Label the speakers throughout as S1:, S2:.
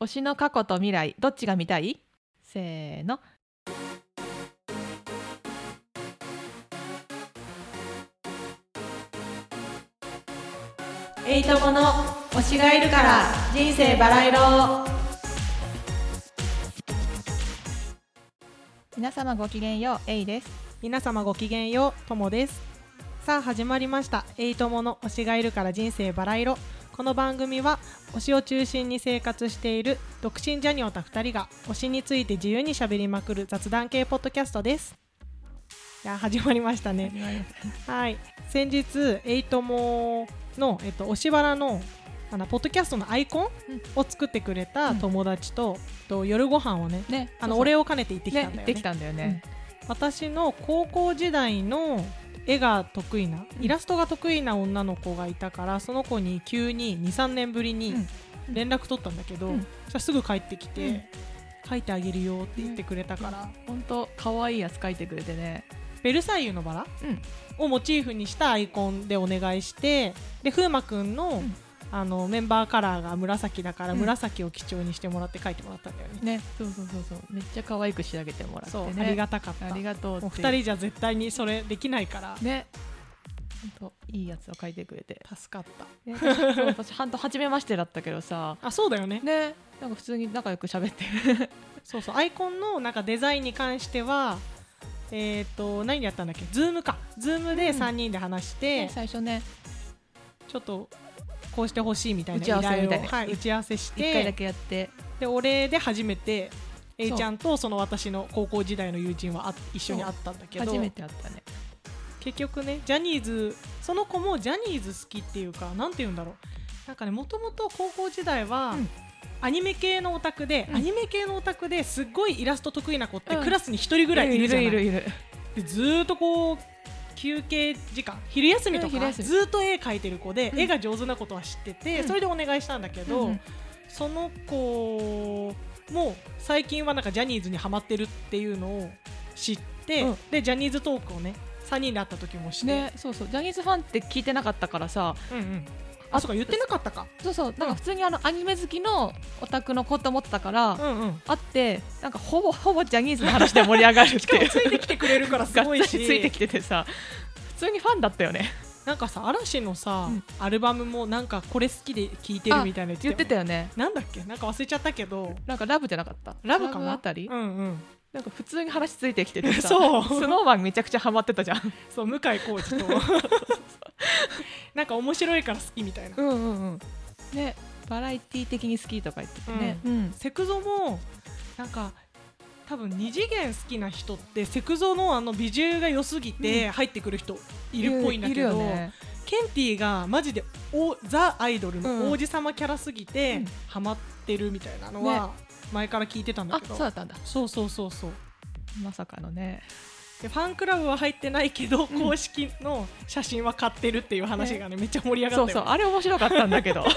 S1: 推しの過去と未来どっちが見たいせーのエイトモの推しがいるから人生バラ色皆様ごきげんようエイです
S2: 皆様ごきげんようともですさあ始まりました「エイトモの推しがいるから人生バラ色」この番組は推しを中心に生活している独身ジャニオタ2人が推しについて自由にしゃべりまくる雑談系ポッドキャストですいや始まりましたねはい先日エイトモの、えっと、推しバラのあのポッドキャストのアイコン
S1: うん
S2: を作ってくれた友達と,、と夜ご飯をね
S1: ね
S2: あのお礼を兼ねて行ってきたんだよ
S1: ね
S2: ね
S1: 行ってきたんだよね、
S2: 私の高校時代の絵が得意な
S1: うん
S2: イラストが得意な女の子がいたからその子に急に23年ぶりに
S1: うん
S2: 連絡取ったんだけど、
S1: うん
S2: そしたらすぐ帰ってきて、
S1: うん
S2: 書いてあげるよって言ってくれたから、
S1: 本当可愛いやつ描いてくれてね
S2: ベルサイユのバラ
S1: うん
S2: をモチーフにしたアイコンでお願いしてで風磨くんの,、
S1: ん
S2: あのメンバーカラーが紫だから
S1: うん
S2: 紫を基調にしてもらって書いてもらったんだよね。
S1: ねそうそうそうそうめっちゃ可愛く仕上げてもらって
S2: そう
S1: ね
S2: ありがたかった
S1: ありがとう
S2: もう
S1: って
S2: 2人じゃ絶対にそれできないから、
S1: ね本当いいやつを描いてくれて、
S2: 助かった
S1: ね、私 そう私半と初めましてだったけどさ
S2: あそうだよね
S1: ねなんか普通に仲良く喋ってる
S2: そうそうアイコンのなんかデザインに関してはえっ、と何でやったんだっけズームかズームで
S1: うん
S2: 3人で話して
S1: ね、最初ね
S2: ちょっとこうしてほしいみたいな
S1: 打
S2: 依
S1: ち合わせ
S2: 頼
S1: み
S2: を
S1: たいな
S2: はい、打ち合わせし
S1: 一回だ
S2: て
S1: けやって
S2: でお礼で初めて A
S1: そう
S2: ちゃんとその私の高校時代の友人はあ一緒に会ったんだけど
S1: 初めて会ったね
S2: 結局ねジャニーズその子もジャニーズ好きっていうかなんて言うんだろうなんかねもともと高校時代は、
S1: うん
S2: アニメ系のオタクで、
S1: うん
S2: アニメ系のオタクですっごいイラスト得意な子って、
S1: うん
S2: クラスに一人ぐらいいるじゃない
S1: いるいるいる
S2: でずーっとこう休憩時間昼休みと
S1: うん昼
S2: か
S1: 休み
S2: ずーっと絵描いてる子で、
S1: うん
S2: 絵が上手なことは知ってて、
S1: うん
S2: それでお願いしたんだけど、
S1: うんうん
S2: その子も最近はなんかジャニーズにハマってるっていうのを知って、
S1: うん
S2: でジャニーズトークをね3人で会った時もして、
S1: ねそうそうジャニーズファンって聞いてなかったからさ
S2: うんうん、あそうか言ってなかったか、
S1: そうそうなんか普通にあのアニメ好きのオタクの子と思ってたから、
S2: うんうん、
S1: 会ってなんかほぼほぼジャニーズの話で盛り上がるって
S2: 今日ついてきてくれるからすごいし
S1: がっつりついてきててさ普通にファンだったよね
S2: なんかさ嵐のさ、
S1: うん
S2: アルバムもなんかこれ好きで聴いてるみたいな
S1: 言ってた
S2: よね
S1: よね
S2: なんだっけなんか忘れちゃったけど
S1: なんかラブじゃなかった
S2: ラブかな
S1: あたり、
S2: うんうん
S1: なんか普通に話ついてきててさ
S2: そう
S1: スノーマンめちゃくちゃハマってたじゃん
S2: そう向井コーチ となんか面白いから好きみたいな、
S1: うんうんうんねバラエティ的に好きとか言っててね、うん
S2: セクゾもなんか多分二次元好きな人ってセクゾのあのビジュが良すぎて入ってくる人いるっぽいんだけ
S1: る
S2: ど、
S1: よね
S2: ケンティがマジでおザ・アイドルの王子様キャラすぎて、
S1: うん
S2: ハマってるみたいなのは前から聞いてたんだ
S1: あ
S2: けど、
S1: そうだったんだ
S2: そうそうそうそう
S1: まさかのね
S2: でファンクラブは入ってないけど、
S1: ん
S2: 公式の写真は買ってるっていう話がねめっちゃ盛り上がった
S1: そ
S2: よ
S1: う
S2: ね
S1: そうあれ面白かったんだけど
S2: そん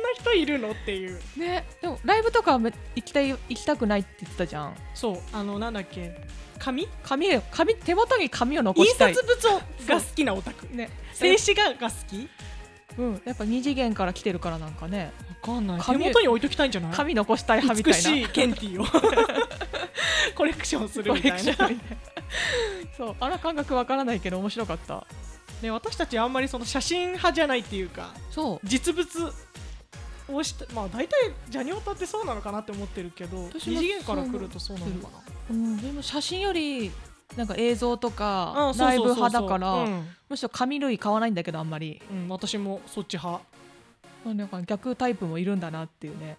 S2: な人いるのっていう
S1: ねでもライブとかはめ行きたい行きたくないって言ってたじゃん
S2: そうあのなんだっけ紙
S1: 紙を紙手元に紙を残
S2: 印
S1: したい
S2: 刷物が好きなオタク
S1: ね
S2: 静止画が好き
S1: うん、やっぱ二次元から来てるからなんかね
S2: わかんな手
S1: 紙
S2: 元に置いときたいんじゃない
S1: 紙残したい派みたい
S2: 美
S1: な
S2: しいケンティーを コレクションする
S1: コ
S2: み
S1: レ
S2: た
S1: ク
S2: い
S1: シ
S2: な
S1: ョンみたいな そうあら感覚わからないけど面白かった
S2: ね私たちあんまりその写真派じゃないっていうか
S1: そう
S2: 実物をしてまあ大体ジャニオタってそうなのかなって思ってるけど二
S1: 私も
S2: 次元から来るとそうなのか
S1: うん、でも写真よりなんか映像と
S2: な
S1: か
S2: うんそう
S1: ライ
S2: そう
S1: ブ
S2: そうそう
S1: 派だから、
S2: うん
S1: むしろ紙類買わないんだけどあんまり
S2: うん私もそっち派
S1: なんか逆タイプもいるんだなっていうね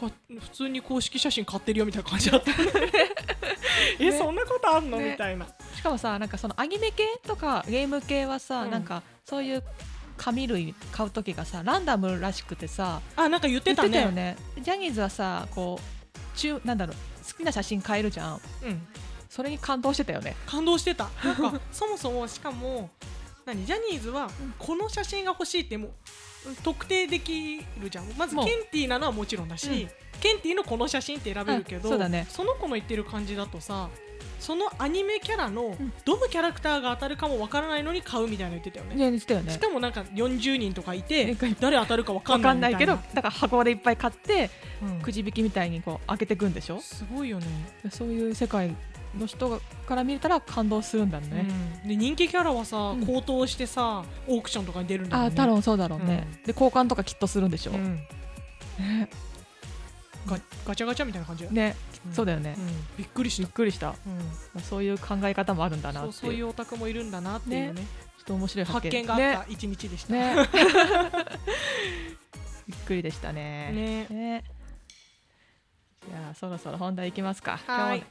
S2: か普通に公式写真買ってるよみたいな感 じだったえ、
S1: ね
S2: そんなことあんの、
S1: ね
S2: みたいな
S1: しかもさなんかそのアニメ系とかゲーム系はさ、
S2: うん
S1: なんかそういう紙類買う時がさランダムらしくてさ、
S2: あなんか言っ
S1: 言
S2: て
S1: った
S2: ね
S1: てたよねジャニーズはさこう中なんだろう好きな写真変えるじゃん
S2: うん、
S1: それに感動してたよね
S2: 感動 してたなんかそもそもしかも何ジャニーズはこの写真が欲しいってもう特定できるじゃんまずケ
S1: も
S2: ン
S1: う
S2: ティーなのはもちろんだし、
S1: うん
S2: ケンティーのこの写真って選べるけど、
S1: うんそうだね
S2: その子の言ってる感じだとさそのアニメキャラの
S1: ん
S2: どのキャラクターが当たるかもわからないのに買うみたいなの言ってたよね
S1: ね言ってたよね
S2: しかもなんか40人とかいて
S1: ねこれ
S2: 誰当たるかわか
S1: わ
S2: ん
S1: か
S2: ない
S1: んな
S2: みた
S1: い
S2: いな
S1: けどだから箱でいっぱい買って
S2: うん
S1: くじ引きみたいにこう開けていくんでしょ
S2: すごいよね
S1: そういう世界の人がから見たら感動するんだね、
S2: うんで人気キャラはさ
S1: うん
S2: 高騰してさオークションとかに出るんだよ
S1: あ
S2: ね
S1: あ多分そうだろうね、
S2: うん
S1: で交換とかきっとするんでしょ、
S2: うん
S1: ね
S2: ガガチャガチャみたいな感じだよね
S1: ね、
S2: ん
S1: そうだよね、
S2: うんびっくりし
S1: びったくりした
S2: うん
S1: そういう考え方もあるんだなって
S2: そ
S1: いう
S2: うそういうオタクもいるんだなっていうね
S1: ちょっと面白い
S2: 発
S1: 発見
S2: 見があった一日でした
S1: ね ねびっくりでしたね
S2: ね
S1: ねじゃあそろそろ本題いきますか
S2: はい
S1: 今日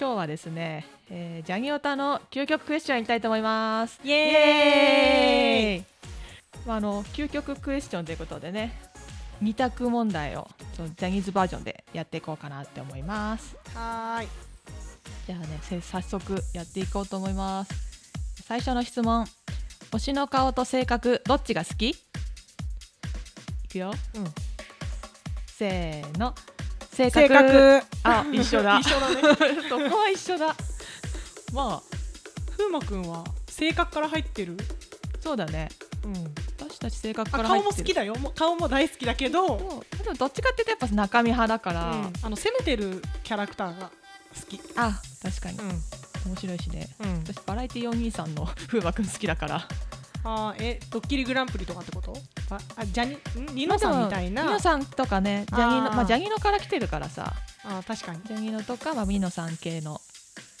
S1: 今日はですね、えー、ジャニオタの究極クエスチョンいきたいと思います
S2: イ
S1: イエーイまあ、あの究極クエスチョンということでね二択問題をちょっとジャニーズバージョンでやっていこうかなって思います
S2: はーい
S1: じゃあねせ早速やっていこうと思います最初の質問推しの顔と性格どっちが好きいくよ
S2: うん
S1: せーの性格
S2: 性格
S1: あ一緒だ
S2: 一緒だね
S1: そこは一緒だまあ
S2: 風磨くんは性格から入ってる
S1: そうだね
S2: うん
S1: 私たち性格か
S2: あ
S1: ら入
S2: 顔
S1: って
S2: も
S1: る
S2: 好きだよもう顔も大好きだけど、うん
S1: そうでもどっちかっていうとやっぱ中身派だから、
S2: あの攻めてるキャラクターが好き
S1: あ確かに
S2: う
S1: 面白いしね
S2: んうん
S1: 私バラエティお兄さんの風磨くん好きだから
S2: あーえドッキリグランプリとかってことああジャニんニノさんみたいな、
S1: ニノさんとかねジャニーの
S2: あー
S1: まあジャニーノから来てるからさ
S2: あー確かに
S1: ジャニーノとか、まあ、ミノさん系の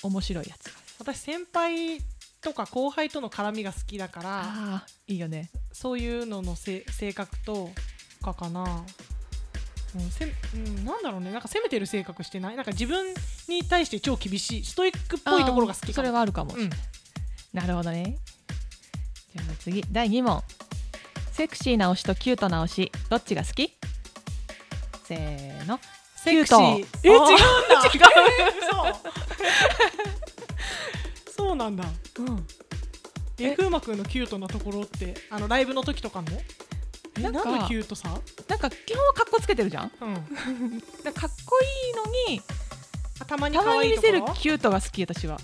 S1: 面白いやつが
S2: 私先輩とか後輩との絡みが好きだから
S1: ああいいよね
S2: そういうののせ性格とかかな、うんせうん、なんだろうねなんか攻めてる性格してないなんか自分に対して超厳しいストイックっぽいところが好
S1: あー
S2: き
S1: そ
S2: か
S1: れ
S2: も
S1: はあるかもしれない、なるほどねじゃあ次第2問セクシーな推しとキュートな推しどっちが好きせーの
S2: セクシーえ違うんだ
S1: 違
S2: そうそうなんだ
S1: う、うん、
S2: え
S1: え
S2: 風磨くんのキュートなところってあのライブの時とかもえ
S1: な
S2: 何
S1: んか
S2: のキュートさ
S1: なんか基本はかっこつけてるじゃん
S2: うん
S1: だからかっこいいのに
S2: あたまに
S1: た
S2: 可
S1: ま
S2: 愛
S1: に見
S2: いとこ
S1: せる
S2: ろ
S1: キュートが好き私は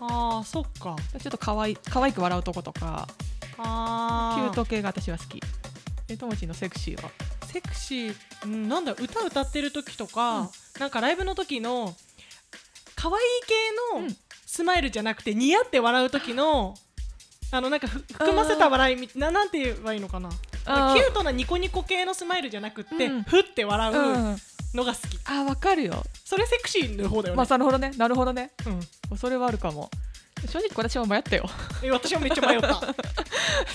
S2: ああそっか
S1: ちょっとかわい可愛く笑うとことかキ
S2: あ
S1: ュ
S2: ー
S1: ート系が私は好きえともちんのセクシーは
S2: セクシー、うん、なんだろう歌歌ってる時とか、
S1: うん
S2: なんかライブの時の可愛い系
S1: う
S2: の
S1: ん
S2: スマイルじゃなくて似合って笑う時のあのなんかふ含ませた笑いみななんて言えばいいのかな
S1: あー
S2: キュートなニコニコ系のスマイルじゃなくって、
S1: うん、
S2: ふって笑ううんのが好き、
S1: あわかるよ
S2: それセクシーの方だよね、
S1: まあなるほどねなるほどね
S2: うん
S1: それはあるかも正直私も迷ったよ
S2: え私もめっちゃ迷った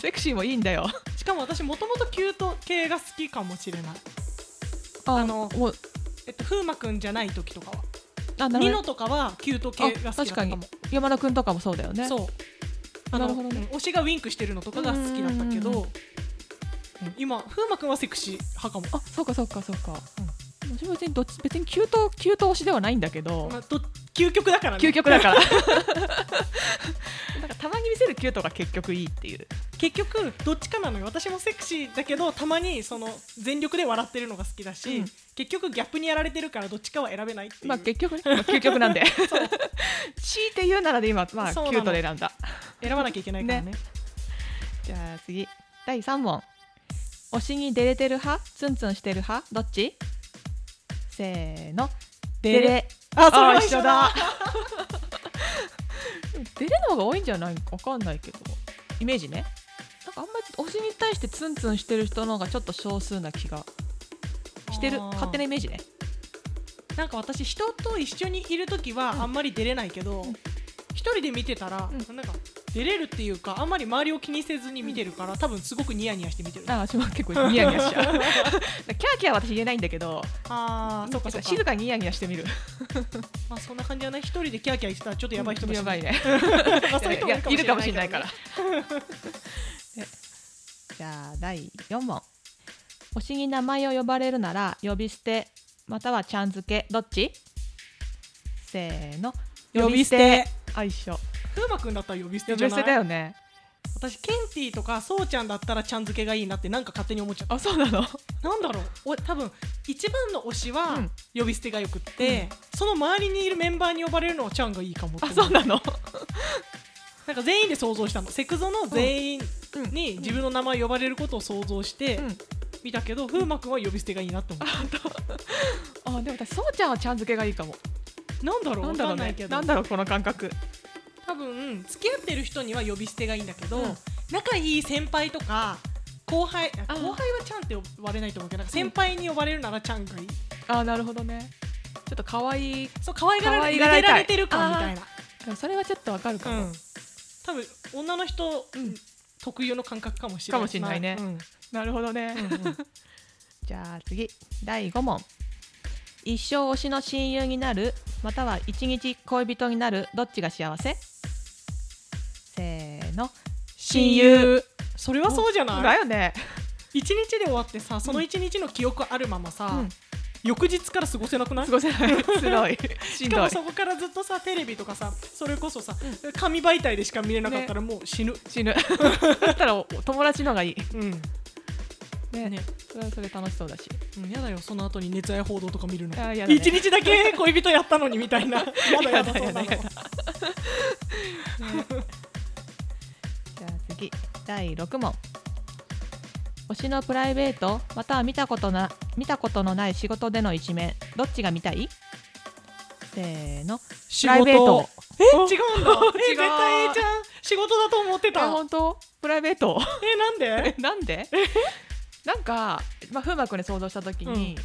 S1: セクシーもいいんだよ
S2: しかも私もともとキュート系が好きかもしれない
S1: あ
S2: の
S1: もう
S2: えっと風磨くんじゃない時とかは
S1: あな
S2: ニ
S1: るほ
S2: ノ
S1: ど
S2: とかはキュート系が好きだったか
S1: あ確か
S2: も
S1: に山田くんとかもそうだよね
S2: そうあの
S1: なるほどね
S2: うん推しがウィンクしてるのとかが好きだったけど
S1: うんうんうんう
S2: うん今風磨くんはセクシー派かも
S1: あそうかそうかそうか、私も別にどっち別にキュートキュート推しではないんだけど、
S2: まあど究極だからね
S1: 究極だから なんかたまに見せるキュートが結局いいっていう
S2: 結局どっちかなのよ私もセクシーだけどたまにその全力で笑ってるのが好きだし、
S1: うん
S2: 結局ギャップにやられてるからどっちかは選べないっていう、
S1: まあ結局ね、まあ究極なんで強いて言うならで今、まあ、キ
S2: そうなの
S1: ュートで選んだ
S2: 選ばなきゃいけないからね
S1: じゃあ次第3問推しにデレてる派ツンツンしてる派どっちせーのデレ
S2: あそれ
S1: あ
S2: は
S1: ー
S2: 一緒だ
S1: でもデレの方が多いんじゃないわかんないけどイメージねなんかあんまり推しに対してツンツンしてる人の方がちょっと少数な気がしてる
S2: あー
S1: 勝手なイメージね
S2: なんか私人と一緒にいる時はあんまり出れないけど、
S1: ん
S2: 一人で見てたら、
S1: う
S2: なんか出れるっていうかあんまり周りを気にせずに見てるから、多分すごくニヤニヤして見てる
S1: あー私も結 構ニヤニヤしちゃうだからキャーキャーは私言えないんだけど
S2: あーそっかそ
S1: な
S2: っ
S1: ん
S2: か
S1: 静かにニヤニヤしてみる
S2: まあそんな感じじゃない一人でキャーキャー言ってたらちょっとやばい人だし、
S1: やばいね
S2: まあそういう人も
S1: いるかもしれない
S2: け
S1: か
S2: ど
S1: ら
S2: ね。
S1: でじゃあ第4問推しに名前を呼ばれるなら呼び捨てまたはちゃんづけどっちせーの
S2: 呼び捨て
S1: あ一緒
S2: 風磨くんだったら呼び捨
S1: 呼
S2: てじゃ
S1: び
S2: な
S1: 捨
S2: い
S1: てだよね
S2: 私ケンティーとかそうちゃんだったらちゃん付けがいいなってなんか勝手に思っちゃった
S1: あそうなの
S2: なんだろうお多分一番の推し
S1: う
S2: は
S1: ん
S2: 呼び捨てがよくって、その周りにいるメンバーに呼ばれるのはちゃんがいいかもっ て
S1: あ
S2: 思う
S1: そうなの
S2: なんか全員で想像したのセクゾの全員
S1: うん
S2: に自分の名前呼ばれることを想像して
S1: うん
S2: 見たけど、風磨くんは呼び捨てがいいなって思っ
S1: あでも私そうちゃんはちゃん付けがいいかも
S2: たなんだろ
S1: な
S2: うわ
S1: んだろ
S2: か
S1: うん
S2: な
S1: ね
S2: いけど
S1: なんだろうこの感覚
S2: 多分付き合ってる人には呼び捨てがいいんだけど、
S1: うん
S2: 仲いい先輩とか後輩あ
S1: あー
S2: 後輩はちゃんって呼ばれないと思うけどなんか先輩に呼ばれるならちゃんがいい
S1: あなるほどねちょっと可愛い
S2: そう可愛がら
S1: 可
S2: れ
S1: 愛
S2: て
S1: がられたい
S2: られてるかみたいな
S1: でもそれはちょっとわかるかも、
S2: うん、多分女の人、
S1: うん
S2: 特有の感覚かもしれない
S1: かもしれないね
S2: うん
S1: なるほどね、
S2: うんうん
S1: じゃあ次第5問一生推しの親友になるまたは一日恋人になるどっちが幸せせーの
S2: 親友それはそうじゃ
S1: だ
S2: ない
S1: よね、
S2: 一日で終わってさその一日の記憶あるままさ、
S1: うん、
S2: 翌日から過ごせなくない
S1: 過ごせ ないすごいし
S2: し
S1: ん
S2: か
S1: ど
S2: も
S1: い
S2: そこからずっとさテレビとかさそれこそさ、紙媒体でしか見れなかったらもう死ぬ、
S1: 死ぬだったらお友達のがいい
S2: うん
S1: ね
S2: ね
S1: それはそれ楽しそうだし
S2: うん、やだよその後に熱愛報道とか見るの
S1: あーやだね
S2: 一、日だけ恋人やったのにみた いなやだやだそんなの
S1: やだやだ じゃあ次第6問推しのプライベートまたは見たことな見たことのない仕事での一面どっちが見たいせーのプ
S2: 仕
S1: ライベート
S2: 事 え違う
S1: 違う
S2: んだえ絶対 A ちゃん仕事だと思って
S1: え
S2: た
S1: 本当プライベート
S2: えなんで
S1: えなんで なんか、まあ、風磨君で想像した時に、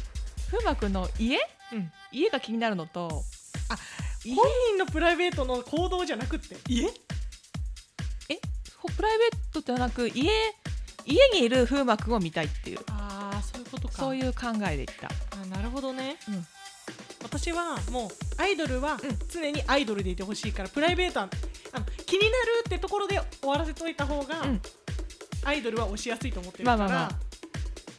S1: 風磨君の家
S2: うん
S1: 家が気になるのと
S2: 本人のプライベートの行動じゃなくって家
S1: ほプライベートじゃなく家家にいる風磨君を見たいっていう
S2: ああそういうことか
S1: そういう考えでいった、
S2: あなるほどね
S1: うん
S2: 私はもうアイドルは
S1: うん
S2: 常にアイドルでいてほしいから、プライベートはあの気になるってところで終わらせといた方が、
S1: うん
S2: アイドルは推しやすいと思ってるから、
S1: まあまあま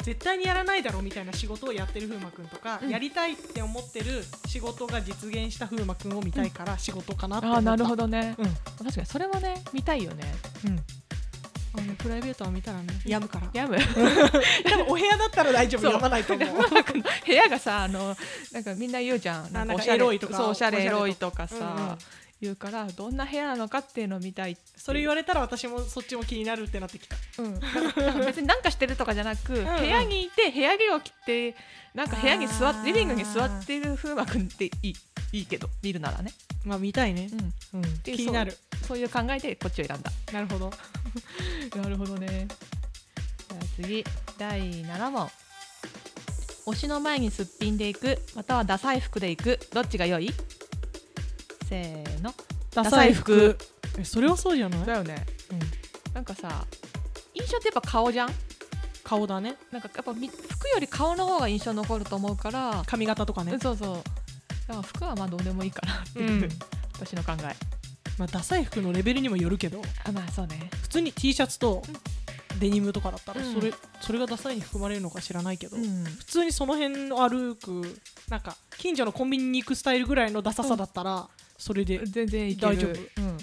S2: 絶対にやらないだろうみたいな仕事をやってる風磨くんとか、
S1: うん
S2: やりたいって思ってる仕事が実現した風磨くんを見たいから仕事かなって思
S1: あ
S2: った、
S1: あなるほ
S2: ど、
S1: どね、
S2: うん
S1: 確かにそれはね見たいよね
S2: うんあのプライベートは見たらねやむから
S1: やむ
S2: 多分お部屋だったら大丈
S1: そ
S2: 夫
S1: う
S2: やまないと思う
S1: 部屋がさあのなんかみんな言うじゃんなんか
S2: なん
S1: お
S2: か
S1: しゃれ
S2: エロいとか
S1: そうおしゃ
S2: お
S1: れ
S2: し
S1: エ
S2: ゃれとか
S1: ロいとかさ、
S2: うんうん
S1: 言うからどんな部屋なのかっていうのを見たいっていう
S2: それ言われたら私もそっちも気になるってなってきた
S1: うん、なんかなんか 別に何かしてるとかじゃなく、
S2: ん
S1: 部屋にいて部屋着を着てなんか部屋に座
S2: あ
S1: っ
S2: ー
S1: リビングに座ってる風磨くんっていいいいけど見るならね、
S2: まあ見たいね
S1: うん、
S2: うん、
S1: ていう
S2: 気になる
S1: そういう考えでこっちを選んだ
S2: なるほど
S1: なるほどね。じゃあ次、第7問。推しの前にすっぴんでいく、またはダサい服でいく、どっちが良いせーの。
S2: ダ
S1: サい服
S2: えそれはそうじゃない、
S1: よね。
S2: うん、
S1: なんかさ、印象ってやっぱ顔じゃん
S2: 顔だね
S1: なんかやっぱみ服より顔の方が印象残ると思うから、
S2: 髪型とかね
S1: うん、そうそう。だから服はまあどうでもいいかなっていう、
S2: うん
S1: 私の考え。
S2: まあダサい服のレベルにもよるけど
S1: あまあそうね。
S2: 普通に T シャツとデニムとかだったら
S1: うん
S2: それ,、それがダサいに含まれるのか知らないけど、
S1: うん。
S2: 普通にその辺を歩くなんか近所のコンビニに行くスタイルぐらいのダサさだったら、それで、
S1: 全然いける。
S2: 大丈夫
S1: うん。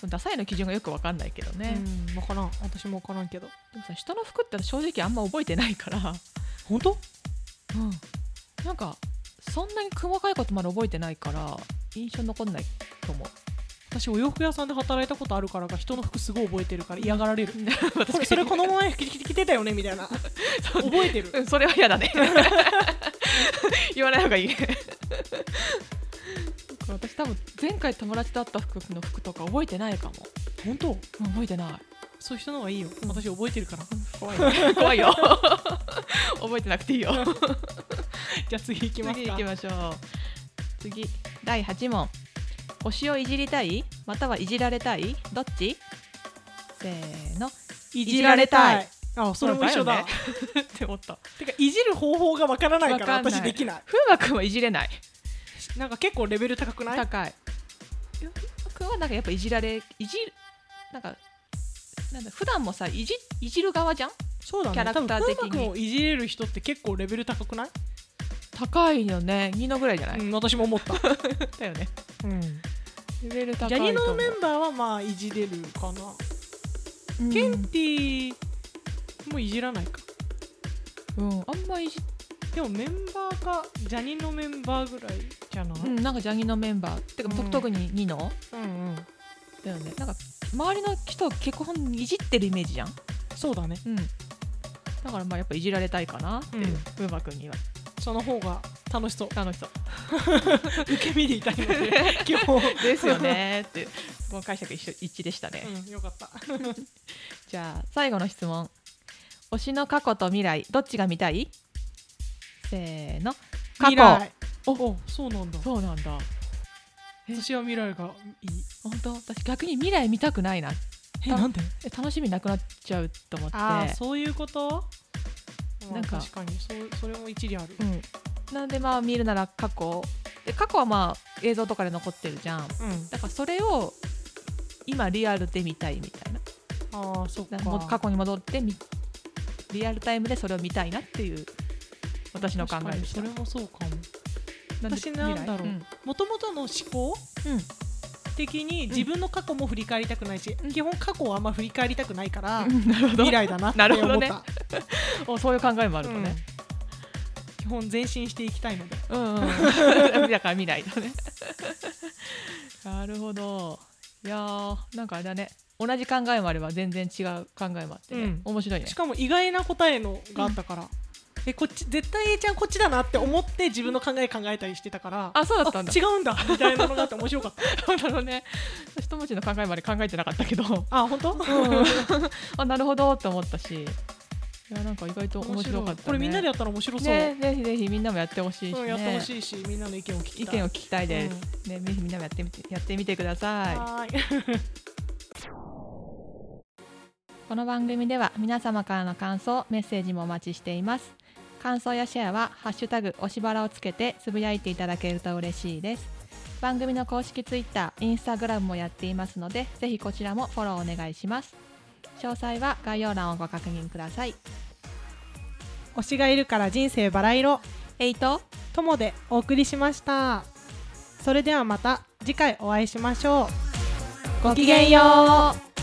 S1: そのダサいの基準がよくわかんないけどね。
S2: うん分からん私も分からんけど
S1: でもさ人の服って正直あんま覚えてないから、
S2: 本当
S1: なんかそんなに細かいことまで覚えてないから印象に残んないと思う
S2: 私お洋服屋さんで働いたことあるからか人の服すごい覚えてるから嫌がられるこれ
S1: 私
S2: それこの前着てたよねみたいな覚えてる
S1: うんそれは嫌だね 言わない方がいいねだから私多分前回友達と会った服の服とか覚えてないかも、
S2: 本当
S1: うん覚えてない
S2: そういう人の方がいいよ私覚えてるから
S1: 怖い、ね、怖いよ 覚えてなくていい よ
S2: じゃあ次行きます
S1: 次行
S2: か
S1: きましょう次第8問推しをいじりたいまたはいじられたいどっちせー の
S2: い
S1: じられたい
S2: あそれも一緒だ
S1: よねって思った
S2: てかいじる方法がわからない
S1: わ
S2: から
S1: かんない
S2: 私できない
S1: 風磨くんはいじれない
S2: なんか結構レベル高くない
S1: 高い風磨くんはなんかやっぱいじられいじなんかなんだ普段もさいじいじる側じゃん
S2: そうだね
S1: キャラクター的に
S2: 多分風磨君をいじれる人って結構レベル高くない、
S1: 高いよね2のぐらいじゃない、
S2: うん、私も思った、
S1: だよね
S2: うん、ジ
S1: レベル高い
S2: ャニ
S1: と
S2: の
S1: 思う
S2: メンバーはまあいじれるかな
S1: うん
S2: ケンティーもいじらないか
S1: うん、あんまいじ、
S2: でもメンバーがジャニーのメンバーぐらいじゃない、
S1: うん、なんかジャニーのメンバーってか、
S2: うん
S1: 特特にニノ
S2: うんうん
S1: だよねなんか周りの人結構いじってるイメージじゃん、
S2: そうだね
S1: うん、だからまあやっぱいじられたいかなっていう、うまくんには
S2: その方が楽しそう
S1: 楽しそう
S2: 受け身でいたいので基本
S1: ですよ、 ねっていうこの解釈一緒一致でしたね、
S2: うん、よかった
S1: じゃあ最後の質問推しの過去と未来どっちが見たいせーの過
S2: 未来
S1: 去
S2: おそうなんだ
S1: そうなんだえ
S2: 私は未来がいい
S1: 本当私逆に未来見たくないな
S2: え
S1: なん
S2: で
S1: え楽しみなくなっちゃうと思って
S2: ああそういうこと
S1: な
S2: なんん
S1: か
S2: か確かにそうそれも一理ある
S1: うん、なのでまあ見るなら過去で過去はまあ映像とかで残ってるじゃん
S2: うん、
S1: だからそれを今リアルで見たいみたいな
S2: ああそっか
S1: だからもう過去に戻ってみリアルタイムでそれを見たいなっていう私の考えでした
S2: 確かにそれもそうかも
S1: なんで
S2: 私なんだろう
S1: 未
S2: もともとの思考
S1: 来うんうん
S2: 的に自分の過去も振り返りたくないし、
S1: うん
S2: 基本過去はあんま振り返りたくないから、
S1: うん なるほど
S2: 未来だなって
S1: なる
S2: 思
S1: ほど
S2: っ
S1: ね
S2: た、
S1: おそういう考えもあると
S2: うん
S1: ね、
S2: 基本前進していきたいので
S1: うん、うん だから未来だねなるほどいやーなんかあれだね同じ考えもあれば全然違う考えもあってね、
S2: うん
S1: 面白いね
S2: しかも意外な答えのがあったから、えこっち絶対 A ちゃんこっちだなって思って自分の考え考えたりしてたから
S1: あそうだったんだ
S2: 違うんだみたいなのがあって面白か った
S1: そうだろうね。一文字の考えまで考えてなかったけど、
S2: あ本当、
S1: あ、なるほどって思ったし。いや、なんか意外と面白かった、ね。
S2: これみんなで
S1: や
S2: やったら面白そう、
S1: ね、ぜひぜひみんなもやってほしいし、ね
S2: うん、やってほしいしみんなの意見を聞き
S1: 意
S2: たい
S1: 見を聞きたいです。ね、ぜひみんなもやってみて、やってみてくださ
S2: はーい
S1: い。この番組では、皆様からの感想、メッセージもお待ちしています。感想やシェアは、ハッシュタグ、おしばらをつけて、つぶやいていただけると嬉しいです。番組の公式ツイッター、インスタグラムもやっていますので、ぜひこちらもフォローお願いします。詳細は概要欄をご確認ください。
S2: 推しがいるから人生バラ色
S1: えいと
S2: ともでお送りしましたそれではまた次回お会いしましょうごきげんよう
S1: う